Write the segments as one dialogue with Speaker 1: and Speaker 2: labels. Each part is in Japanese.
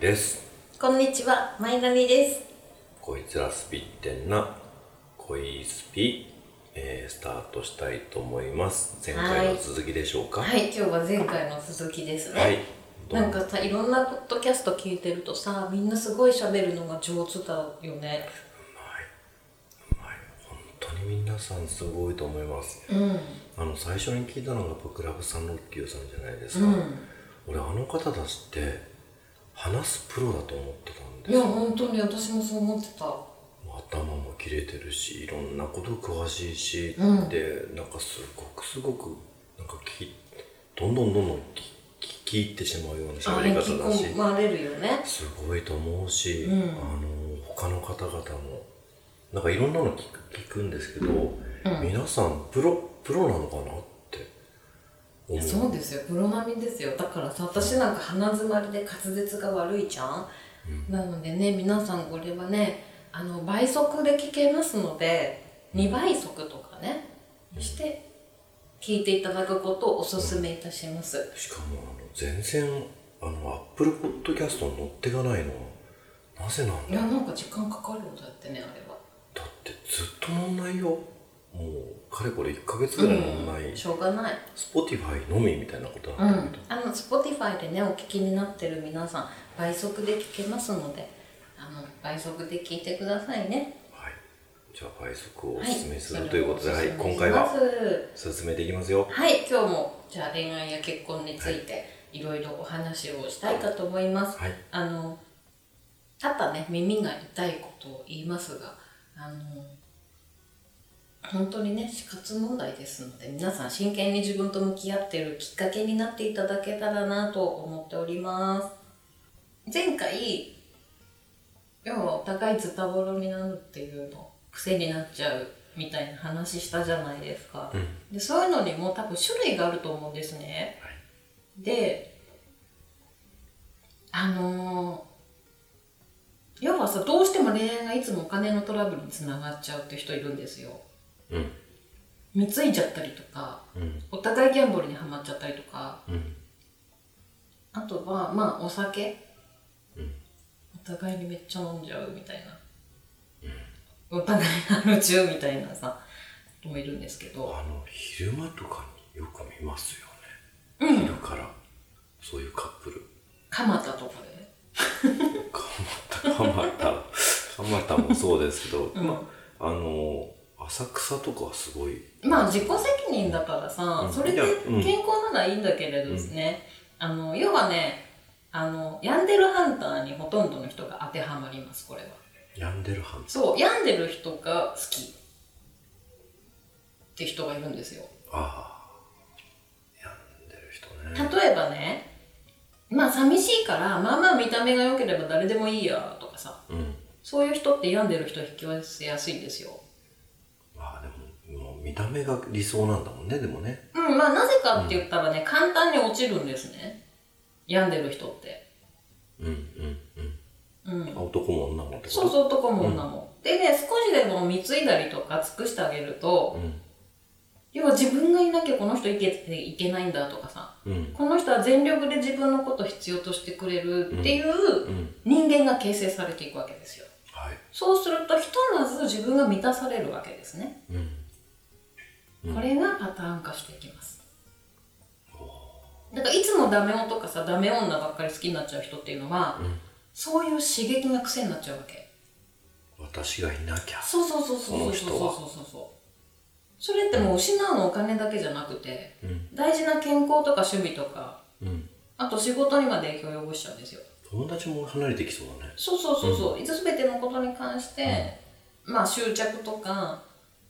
Speaker 1: です
Speaker 2: こんにちは、マイナリです。
Speaker 1: こいつらスピってんな恋スピ、えースタートしたいと思います前回の続きでしょうか
Speaker 2: はい、今日は前回の続きですね。
Speaker 1: はいどう
Speaker 2: なんかさ、いろんなポッドキャスト聞いてるとさ、みんなすごい喋るのが上手だよ
Speaker 1: う
Speaker 2: ね。
Speaker 1: まいうまい本当に皆さんすごいと思います
Speaker 2: うん。
Speaker 1: あの最初に聞いたのがやっぱグラブさんロッキーさんじゃないです
Speaker 2: う
Speaker 1: か、
Speaker 2: ん。
Speaker 1: 俺あの方たちって話すプロだと思ってたん
Speaker 2: い
Speaker 1: で
Speaker 2: や、本当に私もそう思ってた。
Speaker 1: 頭も切れてるしいろんなこと詳しいし、
Speaker 2: うん
Speaker 1: でなんかすごくすごくなんか聞きどんどんどんどん聞聞き入ってしまうような
Speaker 2: あ
Speaker 1: 喋
Speaker 2: れ
Speaker 1: り
Speaker 2: 聞き
Speaker 1: 方だし
Speaker 2: 込まれるよね。
Speaker 1: すごいと思うし、
Speaker 2: う
Speaker 1: あ
Speaker 2: ん
Speaker 1: の他の方々もなんかいろんなの聞く聞くんですけど、皆さんプロプロなのかなって思う
Speaker 2: そうですよ、プロ並みですよ。だからさ、私なんか鼻詰まりで滑舌が悪いじゃん。なのでね、皆さんこれはね、あの倍速で聞けますので、2倍速とかね、して聞いていただくことをお勧めいたします。
Speaker 1: しかもあの全然あのアップルポッドキャストに乗っていかないのはなぜなんだろう
Speaker 2: いや、なんか時間かかるんだってね、あれは。
Speaker 1: だってずっと乗んないよもうかれこれ1ヶ月ぐらい乗んない、
Speaker 2: しょうがない。
Speaker 1: Spotify のみみたいなこと
Speaker 2: う
Speaker 1: なんだ
Speaker 2: ん
Speaker 1: けど、、
Speaker 2: あの Spotify でねお聞きになってる皆さん倍速で聞けますのであの倍速で聞いてくださいね
Speaker 1: はい、じゃあ倍速をお
Speaker 2: はい
Speaker 1: すすめする、
Speaker 2: それを
Speaker 1: ということで、はい、
Speaker 2: お勧
Speaker 1: 今
Speaker 2: めし
Speaker 1: 回
Speaker 2: ま
Speaker 1: は
Speaker 2: す
Speaker 1: 進めていきますよ
Speaker 2: はい、今日もじゃあ恋愛や結婚についていろいろお話をしたいかと思います。
Speaker 1: はい
Speaker 2: あのただね耳が痛いことを言いますが、あの本当にね死活問題ですので皆さん真剣に自分と向き合っているきっかけになっていただけたらなと思っております。前回要はお互いズタボロになるっていうの癖になっちゃうみたいな話したじゃないですか、でそういうのにも多分種類があると思うんですね、
Speaker 1: はい
Speaker 2: であのー要はさどうしても恋愛がいつもお金のトラブルにつながっちゃうって人いるんですよ
Speaker 1: うん
Speaker 2: 貢いじゃったりとか
Speaker 1: うん
Speaker 2: お互いギャンブルにはまっちゃったりとか
Speaker 1: うん
Speaker 2: あとはまあお酒
Speaker 1: うん
Speaker 2: お互いにめっちゃ飲んじゃうみたいな、お互いが夢中みたいなさ人もいるんですけ
Speaker 1: あ
Speaker 2: ど
Speaker 1: の昼間とかによく見ますよ
Speaker 2: う
Speaker 1: ね
Speaker 2: ん
Speaker 1: 昼からそういうカップル
Speaker 2: 蒲田とかで
Speaker 1: 蒲田蒲田もそうですけど、
Speaker 2: うん
Speaker 1: まああの浅草とかはすごい
Speaker 2: まあ自己責任だからさ、
Speaker 1: うん
Speaker 2: それで
Speaker 1: いやうん
Speaker 2: 健康ならいいんだけれどですね、あの要はねあの病んでるハンターにほとんどの人が当てはまりますこれは
Speaker 1: 病んでるはず
Speaker 2: そう病んでる人が好きって人がいるんですよ
Speaker 1: ああ病んでる人ね
Speaker 2: 例えばねまあ寂しいからまあまあ見た目が良ければ誰でもいいやとかさ
Speaker 1: うん
Speaker 2: そういう人って病んでる人引き寄せやすいんですよ
Speaker 1: まあでももう見た目が理想なんだもんねでもね
Speaker 2: うんまあなぜかって言ったらね、簡単に落ちるんですね病んでる人って
Speaker 1: うんうんうん
Speaker 2: うん
Speaker 1: あ男も女もってこと
Speaker 2: そうそう男も女も、でね少しでも貢いだりとか尽くしてあげると
Speaker 1: ん
Speaker 2: 要は自分がいなきゃこの人いけていけないんだとかさ
Speaker 1: うん
Speaker 2: この人は全力で自分のことを必要としてくれるっていう
Speaker 1: うん
Speaker 2: 人間が形成されていくわけですよ
Speaker 1: はい
Speaker 2: そうするとひとまず自分が満たされるわけですね
Speaker 1: うんうん
Speaker 2: これがパターン化していきますだからいつもダメ男とかさダメ女ばっかり好きになっちゃう人っていうのは
Speaker 1: うん
Speaker 2: そういう刺激が癖になっちゃうわけ
Speaker 1: 私がいなきゃ
Speaker 2: そうそうそうそうそうそうそう
Speaker 1: この
Speaker 2: そうそうそれってもう失うのお金だけじゃなくて
Speaker 1: うん
Speaker 2: 大事な健康とか趣味とか
Speaker 1: うん
Speaker 2: あと仕事にまで影響を及ぼしちゃうんですよ
Speaker 1: 友達も離れてきそうだね
Speaker 2: そうそうそうそう、いつ全てのことに関して、まあ執着とか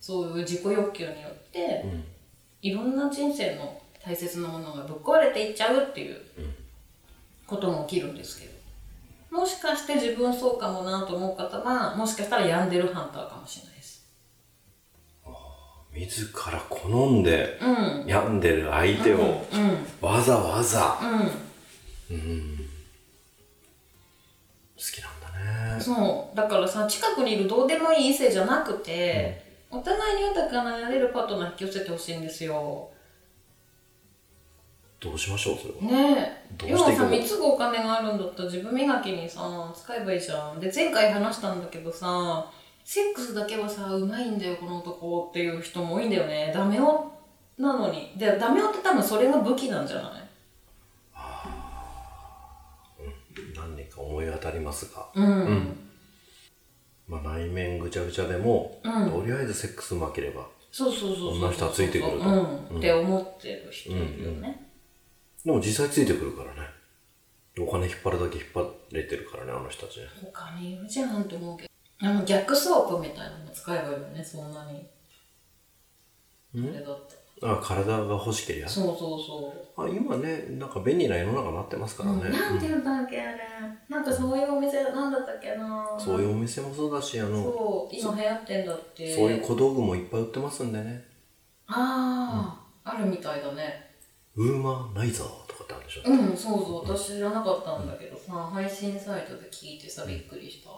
Speaker 2: そういう自己欲求によって、
Speaker 1: ん
Speaker 2: いろんな人生の大切なものがぶっ壊れていっちゃうっていうことも起きるんですけどもしかして自分そうかもなと思う方はもしかしたら病んでるハンターかもしれないです
Speaker 1: 自ら好んで
Speaker 2: うんうん
Speaker 1: 病んでる相手をわざわざ好きなんだ
Speaker 2: うん
Speaker 1: ね
Speaker 2: そうだからさ近くにいるどうでもいい異性じゃなくて、お互いに豊かなやれるパートナー引き寄せてほしいんですよ
Speaker 1: どうしましょうそれは
Speaker 2: ね
Speaker 1: ど
Speaker 2: え
Speaker 1: う
Speaker 2: 要
Speaker 1: して
Speaker 2: は
Speaker 1: く
Speaker 2: いさ
Speaker 1: の
Speaker 2: 三つお金があるんだったら自分磨きにさ使えばいいじゃんで前回話したんだけどさセックスだけはさうまいんだよこの男っていう人も多いんだよねダメ男なのにでダメ男って多分それが武器なんじゃない
Speaker 1: 何年か思い当たりますが、
Speaker 2: うんう
Speaker 1: うんん、まあ、内面ぐちゃぐちゃでも、とりあえずセックスうまければ
Speaker 2: そうそうそうそう
Speaker 1: 女の人はついてくると
Speaker 2: うん
Speaker 1: うん
Speaker 2: って思ってる人いるよね、
Speaker 1: でも実際ついてくるからねお金引っ張るだけ引っ張れてるからねあの人たちね
Speaker 2: 他にいるじゃんと思うけどあの逆ソープみたいなの使えばいいよねそんなに
Speaker 1: ん
Speaker 2: あれだって
Speaker 1: あ体が欲しけりゃ
Speaker 2: そうそうそう
Speaker 1: あ今ねなんか便利な世の中になってますからね、
Speaker 2: なんて
Speaker 1: うん
Speaker 2: 言うんだっけあれなんかそういうお店なんだったっけな
Speaker 1: そういうお店もそうだしあの
Speaker 2: そう今流行ってんだって
Speaker 1: そういう小道具もいっぱい売ってますんでね
Speaker 2: ああ、あるみたいだね
Speaker 1: ウーマーナイザーとかってあるでしょ、
Speaker 2: うんそうそう私知らなかったんだけどさ、配信サイトで聞いてさびっくりした、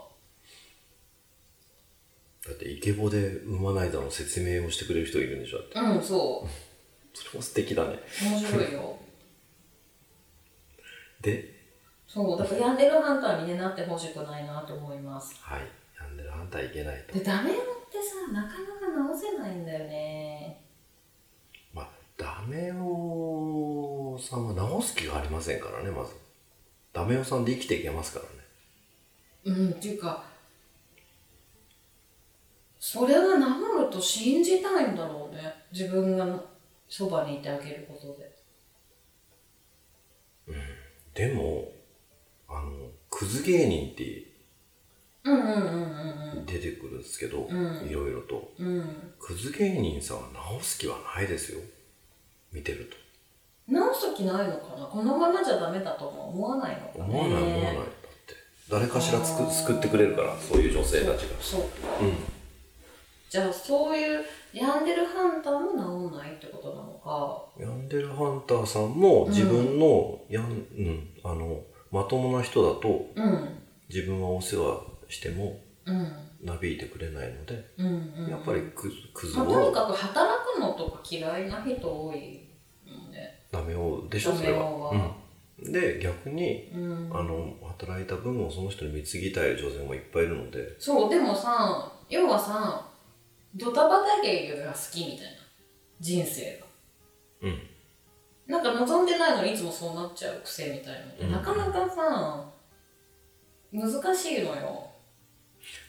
Speaker 1: だってイケボでウーマーナイザーの説明をしてくれる人いるんでしょだって
Speaker 2: うんそ
Speaker 1: それも素敵だね
Speaker 2: う面白いよ
Speaker 1: で
Speaker 2: そうだからヤンデルハンターに、ね、なってほしくないなと思います
Speaker 1: はいヤンデル反対いけないと
Speaker 2: でダメ男ってさなかなか直せないんだよね
Speaker 1: まあダメ男さんは直す気がありませんからねまずダメ男さんで生きていけますからね
Speaker 2: うんっていうかそれが治ると信じたいんだろうね自分がそばにいてあげることで
Speaker 1: でもあのクズ芸人って
Speaker 2: うんうんうん
Speaker 1: 出てくるんですけど、
Speaker 2: うん
Speaker 1: いろいろと
Speaker 2: うんうんうん
Speaker 1: クズ芸人さんは直す気はないですよ見てると
Speaker 2: 直す気ないのかなこのままじゃダメだとは思わないのかね
Speaker 1: 思わない思わないだって誰かしらつ
Speaker 2: あー
Speaker 1: く救ってくれるからそういう女性たちが
Speaker 2: そう
Speaker 1: うん
Speaker 2: じゃあそういう病んでるハンターも治んないってことなのか
Speaker 1: ヤンデルハンターさんも自分のやん、うん、あのまともな人だと
Speaker 2: うん
Speaker 1: 自分はお世話しても
Speaker 2: うん
Speaker 1: なびいてくれないので、
Speaker 2: うんうん
Speaker 1: やっぱりクズクズ
Speaker 2: まあ、とに
Speaker 1: を
Speaker 2: かく働くのとか嫌いな人多いので、
Speaker 1: ダメをでしょそれは
Speaker 2: ダメ男は
Speaker 1: うん、で逆に
Speaker 2: うん、
Speaker 1: あの働いた分をその人に貢ぎたい女性もいっぱいいるので
Speaker 2: そうでもさ要はさドタバタ芸が好きみたいな人生が
Speaker 1: うん
Speaker 2: なんか望んでないのにいつもそうなっちゃう癖みたいな、
Speaker 1: うん
Speaker 2: なかなかさ難しいのよ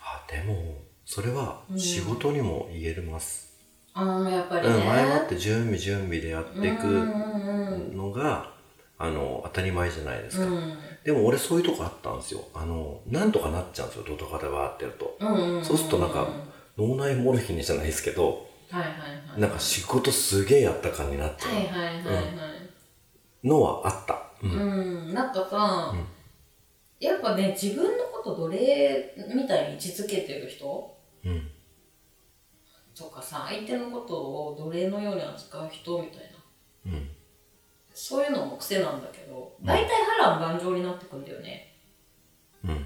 Speaker 1: あでもそれは仕事にも言えます、
Speaker 2: ああやっぱ
Speaker 1: うん
Speaker 2: りね、
Speaker 1: 前もって準備準備でやってい
Speaker 2: うん
Speaker 1: く
Speaker 2: うん
Speaker 1: のが、あの当たり前じゃないです
Speaker 2: う
Speaker 1: か、
Speaker 2: ん
Speaker 1: でも俺そういうとこあったんですよあのなんとかなっちゃうんですよドタバタバーってやると
Speaker 2: うんうんうん
Speaker 1: そうするとなんか脳内モルヒネじゃないですけど
Speaker 2: はいはいはい
Speaker 1: なんか仕事すげえやった感になっちゃ
Speaker 2: はいはいはいはい、
Speaker 1: うのはあった、うん
Speaker 2: うん、なんかさ、
Speaker 1: うん
Speaker 2: やっぱね自分のこと奴隷みたいに位置づけてる人
Speaker 1: うん
Speaker 2: とかさ相手のことを奴隷のように扱う人みたいな
Speaker 1: うん
Speaker 2: そういうのも癖なんだけど
Speaker 1: うん
Speaker 2: 大体波乱万丈になってくんだよね、
Speaker 1: うん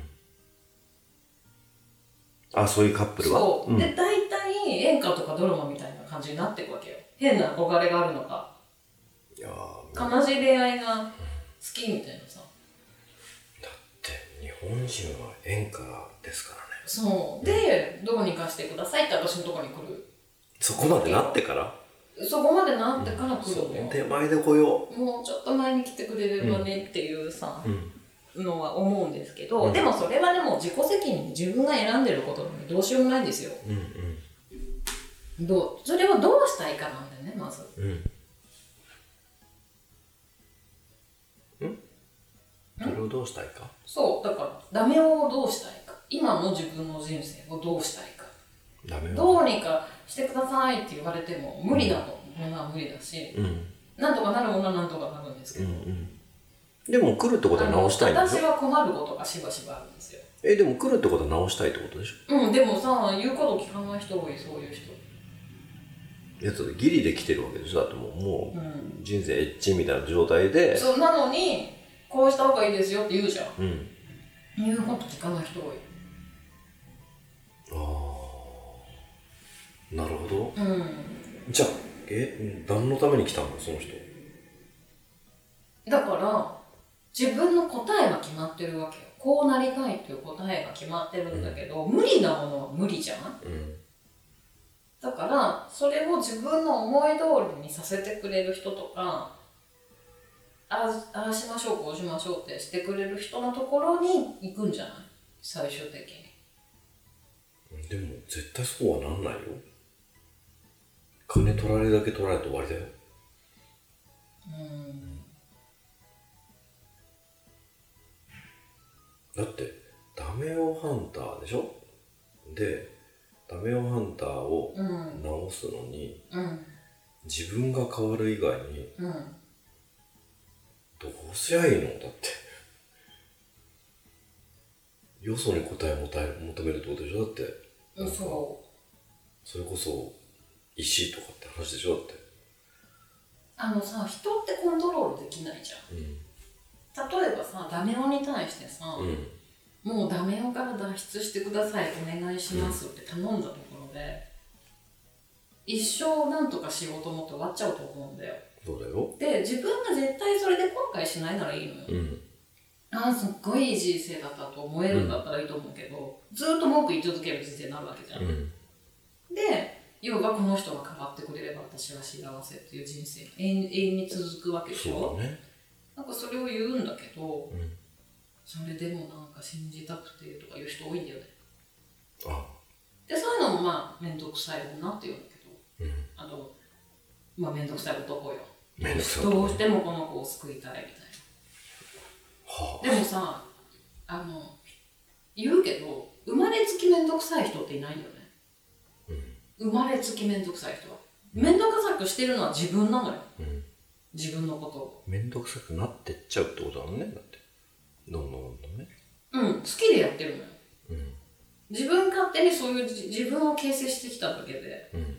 Speaker 1: あそういうカップルは
Speaker 2: そう、
Speaker 1: ん
Speaker 2: で大体演歌とかドラマみたいな感じになってくわけよ変な憧れがあるのか
Speaker 1: いやーだっ
Speaker 2: 悲しい恋愛が好きみたいなさ
Speaker 1: て日本人は演歌ですからね
Speaker 2: そうでどうにかしてくださいって私のところに来
Speaker 1: そこまでなってから
Speaker 2: るそこまでなってから来る
Speaker 1: そう
Speaker 2: のよ、
Speaker 1: 手前で来よ
Speaker 2: もうちょっと前に来てくれればねっていうさ
Speaker 1: う、、うん、
Speaker 2: のは思うんですけど、
Speaker 1: うん
Speaker 2: でもそれはでも自己責任自分が選んでることなのでどうしようもないんですよ
Speaker 1: うん
Speaker 2: どうそれをどうしたいかなんだよねまず
Speaker 1: うんうんそれをどうしたいか
Speaker 2: そうだからダメをどうしたいか今の自分の人生をどうしたいか
Speaker 1: ダメ
Speaker 2: どうにかしてくださいって言われても無理だとものは無理だし
Speaker 1: うん
Speaker 2: なんとかなるものはなんとかなるんです
Speaker 1: う
Speaker 2: け
Speaker 1: んう
Speaker 2: ど、
Speaker 1: んでも来るってこと
Speaker 2: あ
Speaker 1: は
Speaker 2: の
Speaker 1: 直したいんでし
Speaker 2: 私
Speaker 1: ょ
Speaker 2: は困ることがしばしばあるんですよ
Speaker 1: えでも来るってことは直したいってことでしょ
Speaker 2: うんでもさ言うこと聞かない人多いそういう人
Speaker 1: やつギリで来てるわけでしょだってもうもう
Speaker 2: うん
Speaker 1: 人生エッチみたいな状態で
Speaker 2: そうなのにこうした方がいいですよって言うじゃん
Speaker 1: うん
Speaker 2: 言うこと聞かない人多い
Speaker 1: ああなるほど
Speaker 2: うん
Speaker 1: じゃあえ何のために来たのその人
Speaker 2: だから自分の答えは決まってるわけよこうなりたいっていう答えが決まってるんだけど、無理なものは無理じゃん
Speaker 1: うん
Speaker 2: だからそれを自分の思い通りにさせてくれる人とかあああしましょうこうしましょうってしてくれる人のところに行くんじゃない最終的に
Speaker 1: でも絶対そうはなんないよ金取られるだけ取られて終わりだよ
Speaker 2: うん
Speaker 1: だってダメ男ハンターでしょでダメ男ハンターを
Speaker 2: うん
Speaker 1: 直すのに
Speaker 2: うん
Speaker 1: 自分が変わる以外に
Speaker 2: うん
Speaker 1: どうすりゃいいのだってよそに答えを求え求めるってことでしょだって
Speaker 2: うんそう
Speaker 1: それこそ石とかって話でしょだって
Speaker 2: あのさ人ってコントロールできないじゃん
Speaker 1: う
Speaker 2: 例えばさダメ男に対してさ、
Speaker 1: んうん
Speaker 2: もうダメ男から脱出してくださいお願いしますって頼んだところで、一生なんとかしようと思って終わっちゃうと思うんだよ
Speaker 1: そうだよ
Speaker 2: で自分が絶対それで後悔しないならいいのよ、
Speaker 1: うん
Speaker 2: ああすっごいいい人生だったと思えるんだったらいいと思うけど、ずっと文句言い続ける人生になるわけじゃん、
Speaker 1: うん
Speaker 2: で要はこの人が変わってくれれば私は幸せっていう人生永遠永遠に続くわけでし
Speaker 1: そ
Speaker 2: ょ
Speaker 1: うだね
Speaker 2: なんかそれを言うんだけど
Speaker 1: うん
Speaker 2: それでもなんか信じたくてとか言う人多いんだよね
Speaker 1: あ
Speaker 2: でそういうのもまあ面倒くさい女って言うんだけど
Speaker 1: うん
Speaker 2: あとまあ面倒くさい男よ
Speaker 1: 面倒くさい男
Speaker 2: どうしてもこの子を救いたいみ
Speaker 1: は
Speaker 2: たいなでもさあの言うけど生まれつき面倒くさい人っていないんだよね
Speaker 1: あうん
Speaker 2: 生まれつき面倒くさい人は面倒くさくしてるのは自分なのよ
Speaker 1: うん
Speaker 2: 自分のことを
Speaker 1: 面倒くさくなってっちゃうってことだもんねだってどんどんどんどんね
Speaker 2: うん好きでやってるのよ
Speaker 1: うん
Speaker 2: 自分勝手にそういうじ自分を形成してきただけで
Speaker 1: うん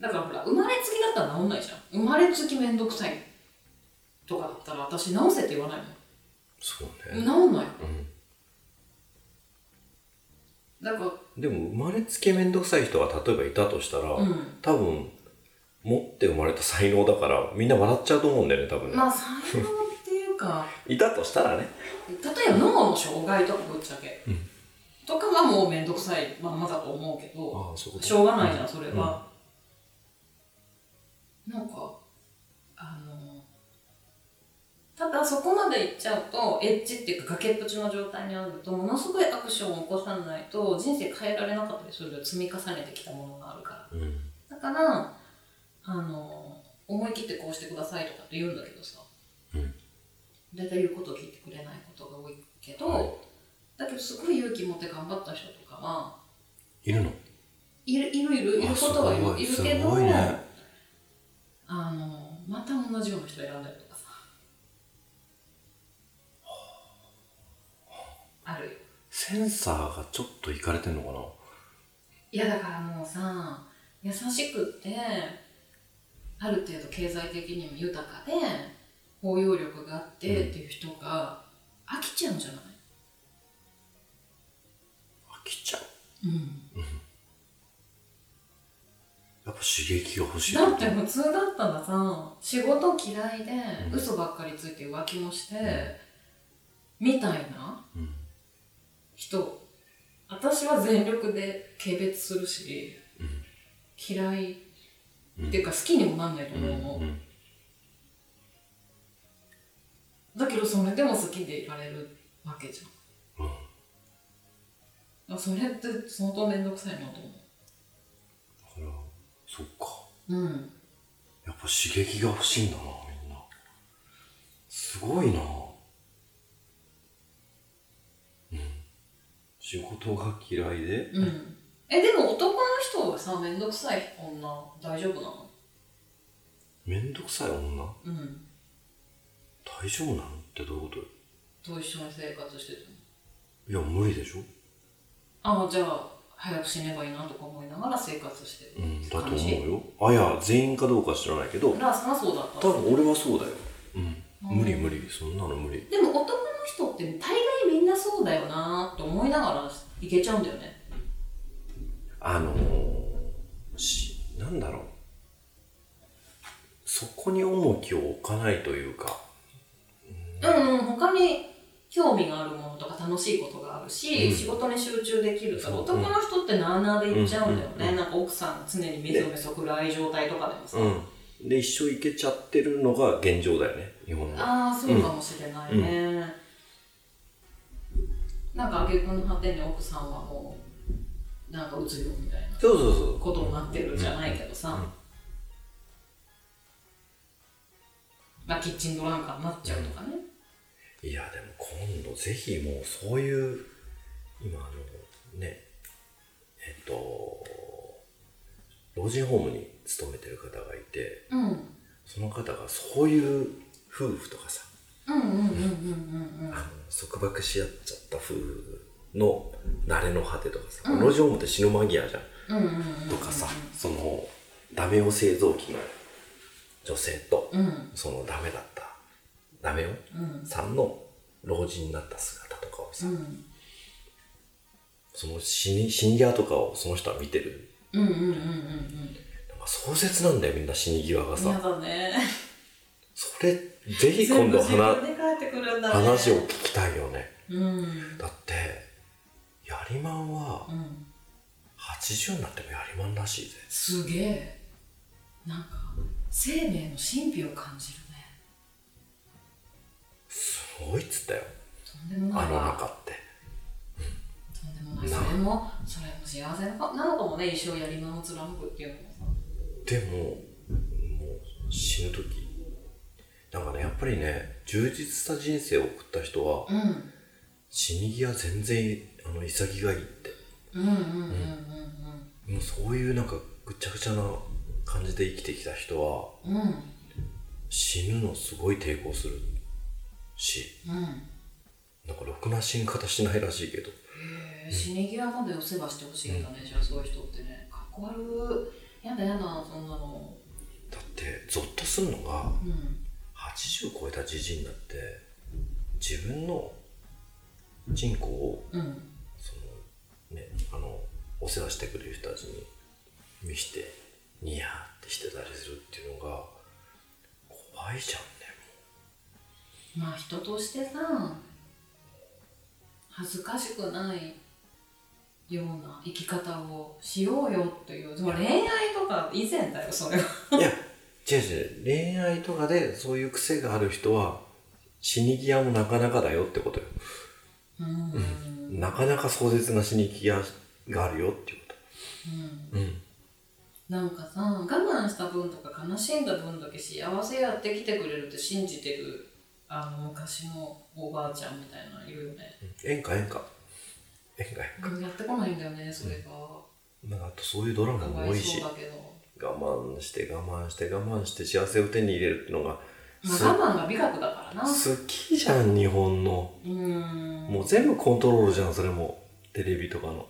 Speaker 2: だからほら生まれつきだったら治んないじゃん生まれつき面倒くさいとかだったら私治せって言わないもん
Speaker 1: そう
Speaker 2: 治
Speaker 1: ね
Speaker 2: んない
Speaker 1: うん
Speaker 2: だから
Speaker 1: でも生まれつき面倒くさい人が例えばいたとしたら、
Speaker 2: うん
Speaker 1: 多分持って生まれた才能だからみんな笑っちゃうと思うんだよね多分ね、
Speaker 2: まあ才能っていうか
Speaker 1: いたとしたらね
Speaker 2: 例えば脳の障害とかぶっちゃけ、
Speaker 1: うん
Speaker 2: とかはもう面倒くさいまんまだと思うけど
Speaker 1: ああそういうこと
Speaker 2: しょうがないじゃんそれは、なんかあのただそこまでいっちゃうとエッジっていうか崖っぷちの状態にあるとものすごいアクションを起こさないと人生変えられなかったりするよ積み重ねてきたものがあるから
Speaker 1: うん、うん
Speaker 2: だからあの思い切ってこうしてくださいとかって言うんだけどさ、
Speaker 1: うん
Speaker 2: 大体言うことを聞いてくれないことが多いけど、
Speaker 1: はい
Speaker 2: だけどすごい勇気持って頑張った人とかはい
Speaker 1: るの
Speaker 2: いるいるいるいることはい
Speaker 1: あ
Speaker 2: るいる
Speaker 1: すご
Speaker 2: けど、
Speaker 1: すごいね
Speaker 2: あのまた同じような人選んだりとかさあるよ
Speaker 1: センサーがちょっといかれてんのか
Speaker 2: いやだからもうさ優しくってある程度経済的にも豊かで包容力があってっていう人が飽きちゃうんじゃない、
Speaker 1: な飽きちゃう
Speaker 2: うん、
Speaker 1: やっぱ刺激が欲しい
Speaker 2: だって普通だったらさ仕事嫌いで
Speaker 1: うん
Speaker 2: 嘘ばっかりついて浮気もして、みたいな
Speaker 1: うん
Speaker 2: 人私は全力で軽蔑するし、
Speaker 1: うん
Speaker 2: 嫌い
Speaker 1: うん
Speaker 2: っていうか好きにもなんないと
Speaker 1: うん
Speaker 2: 思う
Speaker 1: う
Speaker 2: の、
Speaker 1: ん
Speaker 2: だけどそれでも好きでいられるわけじゃん、
Speaker 1: うん
Speaker 2: あそれって相当面倒くさいなと思
Speaker 1: だからそっか
Speaker 2: ううん
Speaker 1: やっぱ刺激が欲しいんだなみんなすごいなうん仕事が嫌いで
Speaker 2: うんえでも男の人はさ面倒くさい女大丈夫なの
Speaker 1: 面倒くさい女
Speaker 2: うん
Speaker 1: 大丈夫なのってどういうことよ
Speaker 2: と一緒に生活してても
Speaker 1: いや無理でしょ
Speaker 2: あじゃあ早く死ねばいいなとか思いながら生活して
Speaker 1: う
Speaker 2: る
Speaker 1: んだと
Speaker 2: 感じ
Speaker 1: 思うよあいや全員かどうか知らないけど
Speaker 2: ラーさんはそうだった
Speaker 1: 多分俺はそうだようん
Speaker 2: うん
Speaker 1: 無理無理そんなの無理
Speaker 2: でも男の人って大概みんなそうだよなと思いながらいけちゃうんだよね
Speaker 1: あのーしなんだろうそこに重きを置かないというか、
Speaker 2: うんうん他に興味があるものとか楽しいことがあるし、
Speaker 1: うん
Speaker 2: 仕事に集中できるから
Speaker 1: そう
Speaker 2: 男の人ってなあなあでいっちゃうんだよね、
Speaker 1: うんうんうん
Speaker 2: なんか奥さんが常にめそめそ暗い状態とかでもさ、
Speaker 1: うん、で一生いけちゃってるのが現状だよね日本の
Speaker 2: ああそうかもしれないね、なんか挙句の果てに奥さんはもうなんかうつ病みたいな
Speaker 1: そうそうそう
Speaker 2: ことになってるじゃないけどさ、
Speaker 1: うん
Speaker 2: まあキッチンドランカーになっちゃうとかね、
Speaker 1: いやでも今度ぜひもうそういう今あのねえっと老人ホームに勤めてる方がいて
Speaker 2: うん、うん
Speaker 1: その方がそういう夫婦とかさ、
Speaker 2: うんうんうんうんうんうん
Speaker 1: あの束縛し合っちゃった夫婦の慣れの果てとかさ、
Speaker 2: うん
Speaker 1: 路上もって死ぬ間際じゃん
Speaker 2: うんうんうんうん
Speaker 1: とかさ、そのダメを製造機の女性と、
Speaker 2: うん
Speaker 1: そのダメだったダメ
Speaker 2: うん
Speaker 1: をさんの老人になった姿とかを
Speaker 2: う
Speaker 1: さ、
Speaker 2: ん
Speaker 1: その死に死に際とかをその人は見てる
Speaker 2: うんうんうんう
Speaker 1: な
Speaker 2: ん
Speaker 1: んか壮絶なんだよみんな死に際が
Speaker 2: うん嫌
Speaker 1: さ
Speaker 2: だね
Speaker 1: それぜひ今度
Speaker 2: 全部自分
Speaker 1: 話
Speaker 2: で帰ってくるんだね
Speaker 1: 話を聞きたいよね
Speaker 2: うんうん
Speaker 1: だってやりまんは80になってもやりまんらしいぜ
Speaker 2: すげえなんか生命の神秘を感じるね
Speaker 1: すごいっつったよ
Speaker 2: とんでもな
Speaker 1: あ
Speaker 2: い
Speaker 1: の
Speaker 2: わ
Speaker 1: 中って
Speaker 2: とんでもない
Speaker 1: な
Speaker 2: それもそれも幸せなのなのかもね一生やりまんを貫くっていうのもさ
Speaker 1: でももう死ぬ時なんかねやっぱりね充実した人生を送った人は
Speaker 2: うん
Speaker 1: 死に際全然あの潔がいいって
Speaker 2: うんうんうんうん
Speaker 1: もうそういうなんかぐちゃぐちゃな感じで生きてきた人は
Speaker 2: うんうんうん
Speaker 1: 死ぬのすごい抵抗するしなんかろくな死に方しないらしいけど
Speaker 2: へえ死に際までお世話してほしいんだね、じゃあそういう人ってねかっこ悪いやだやだそんなの
Speaker 1: だってゾッとするのが
Speaker 2: うん
Speaker 1: 80超えたじじいになって自分の人口を
Speaker 2: うん
Speaker 1: そのねあのお世話してくれる人たちに見してニヤーってしてたりするっていうのが怖いじゃんね
Speaker 2: まあ人としてさ恥ずかしくないような生き方をしようよっていうでも恋愛とか以前だよそれは
Speaker 1: もう いや違う違う恋愛とかでそういう癖がある人は死に際もなかなかだよってことよ
Speaker 2: うん、うん
Speaker 1: なかなか壮絶な死に際があるよっていうことうん
Speaker 2: なんかさ我慢した分とか悲しんだ分だけ幸せやってきてくれるって信じてるあの昔のおばあちゃんみたいなのいるよね、
Speaker 1: 演歌演歌演歌演
Speaker 2: うんやってこないんだよねそれが、
Speaker 1: 歌なんかあとそういうドラマ
Speaker 2: か
Speaker 1: も
Speaker 2: わ
Speaker 1: 多
Speaker 2: い
Speaker 1: い
Speaker 2: そう
Speaker 1: し
Speaker 2: だけど、
Speaker 1: 我慢して我慢して我慢して幸せを手に入れるっていうのがす
Speaker 2: まあ、我慢が美学だからな
Speaker 1: 好きじゃん日本の
Speaker 2: うん
Speaker 1: もう全部コントロールじゃんそれもテレビとかの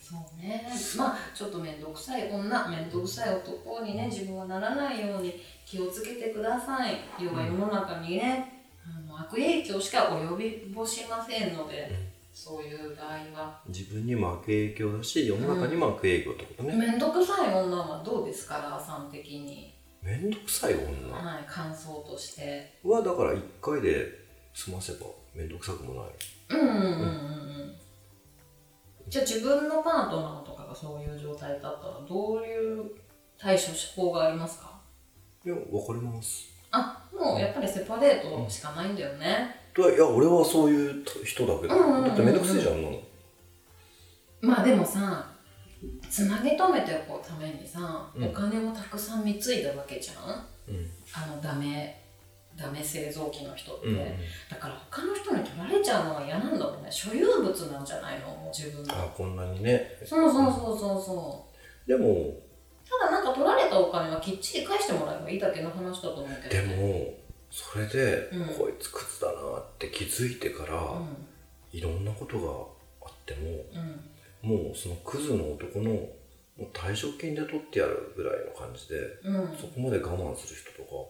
Speaker 2: そうね、まあちょっと面倒くさい女面倒くさい男にね自分はならないように気をつけてください要は世の中にね、あの悪影響しか及びぼしませんので、
Speaker 1: うん
Speaker 2: そういう場合は
Speaker 1: 自分にも悪影響だし世の中にも悪影響ってことね
Speaker 2: 面倒くさい女はどうですかラーさん的に、
Speaker 1: 面倒くさい女
Speaker 2: はい、感想として
Speaker 1: はだから1回で済ませば面倒くさくもない
Speaker 2: うんうんうんうんうんじゃあ自分のパートナーとかがそういう状態だったらどういう対処法がありますか
Speaker 1: いや分かります
Speaker 2: あもうやっぱりセパレートしかないんだよね、
Speaker 1: といや俺はそういう人だけど、
Speaker 2: うんうんうんうん
Speaker 1: だって面倒くせえじゃんあんなの
Speaker 2: まあでもさつなぎ止めておくためにさ、
Speaker 1: うん
Speaker 2: お金をたくさん貢いだわけじゃん
Speaker 1: うん
Speaker 2: あのダメダメ製造機の人って、
Speaker 1: うん、
Speaker 2: だから他の人に取られちゃうのが嫌なんだろうね所有物なんじゃないのもう自分の
Speaker 1: あこんなにね
Speaker 2: そうそうそうそうそう
Speaker 1: でも
Speaker 2: ただなんか取られたお金はきっちり返してもらえばいいだけの話だと思うけ
Speaker 1: で
Speaker 2: どね、
Speaker 1: もそれで、
Speaker 2: うん
Speaker 1: こいつ靴だなって気づいてから、
Speaker 2: う
Speaker 1: いろんなことがあっても
Speaker 2: んうん
Speaker 1: もうそのクズの男のもう退職金で取ってやるぐらいの感じで
Speaker 2: うん
Speaker 1: そこまで我慢する人とか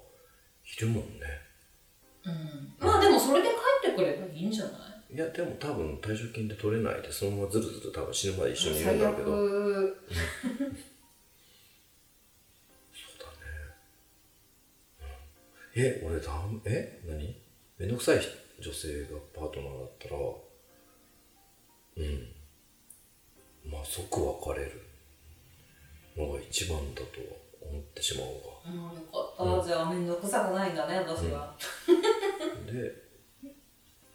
Speaker 1: いるもんね
Speaker 2: うんまあでもそれで帰ってくればいいんじゃない
Speaker 1: いやでも多分退職金で取れないでそのままずるずる多分死ぬまで一緒にいるん
Speaker 2: 最
Speaker 1: だろうけどそう
Speaker 2: 悪
Speaker 1: だねえ、俺だん、え何めんどくさい女性がパートナーだったら、うん。まあ、即別れるのが一番だと思ってしまうわ。
Speaker 2: うん、よかった、じゃあ面倒くさくないんだね私は、
Speaker 1: で、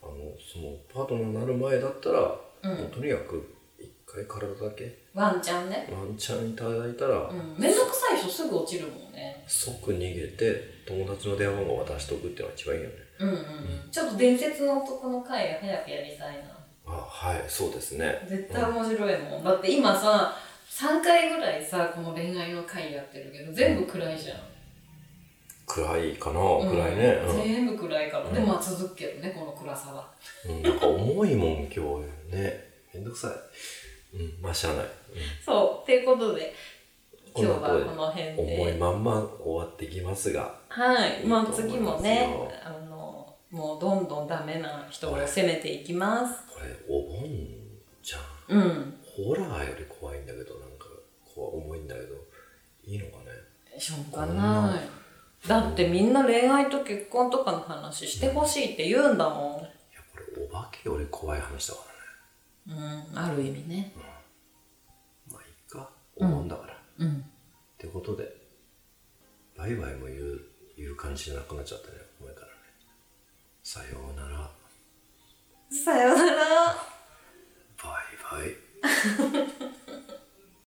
Speaker 1: あの、その、パートナーになる前だったら、
Speaker 2: うん
Speaker 1: もうとにかく、一回体だけ、
Speaker 2: ワンちゃんね
Speaker 1: ワンチャンいただいたら、
Speaker 2: うん面倒くさい人すぐ落ちるもんね
Speaker 1: 即逃げて、友達の電話番号渡しておくっていうのが一番いいよね。
Speaker 2: うんうん、うん、ちょっと伝説の男の回早くやりたいな
Speaker 1: あ、はい、そうですね。
Speaker 2: 絶対面白いもん、だって今さ3回ぐらいさこの恋愛の回やってるけど全部暗いじゃん、
Speaker 1: 暗いかな、
Speaker 2: うん
Speaker 1: 暗いね。うん
Speaker 2: 全部暗いから、
Speaker 1: うん
Speaker 2: でもまあ続くけどねこの暗さは
Speaker 1: うん、なんか重いもん今日ねめんどくさいうんまあしゃあない、
Speaker 2: そうっていうことで
Speaker 1: こん
Speaker 2: 今
Speaker 1: な
Speaker 2: 日は
Speaker 1: と
Speaker 2: この辺
Speaker 1: うん、重い
Speaker 2: で
Speaker 1: まんま終わっていきますが
Speaker 2: はいまあ
Speaker 1: いいと思
Speaker 2: 次
Speaker 1: いますよ
Speaker 2: もねあのもうどんどんダメな人を責めていきます、
Speaker 1: これお盆じゃん
Speaker 2: うん
Speaker 1: ホラーより怖いんだけどなんか怖重いんだけどいいのかね
Speaker 2: しょうがないだってみんな恋愛と結婚とかの話してほしいって言うんだも
Speaker 1: いやこれお化けより怖い話だからね
Speaker 2: んうんある意味ね
Speaker 1: まあいいかお盆だから、っ
Speaker 2: うん
Speaker 1: てことでバイバイも言う言う感じじゃなくなっちゃったね前からねさようなら
Speaker 2: さよなら
Speaker 1: バイバイ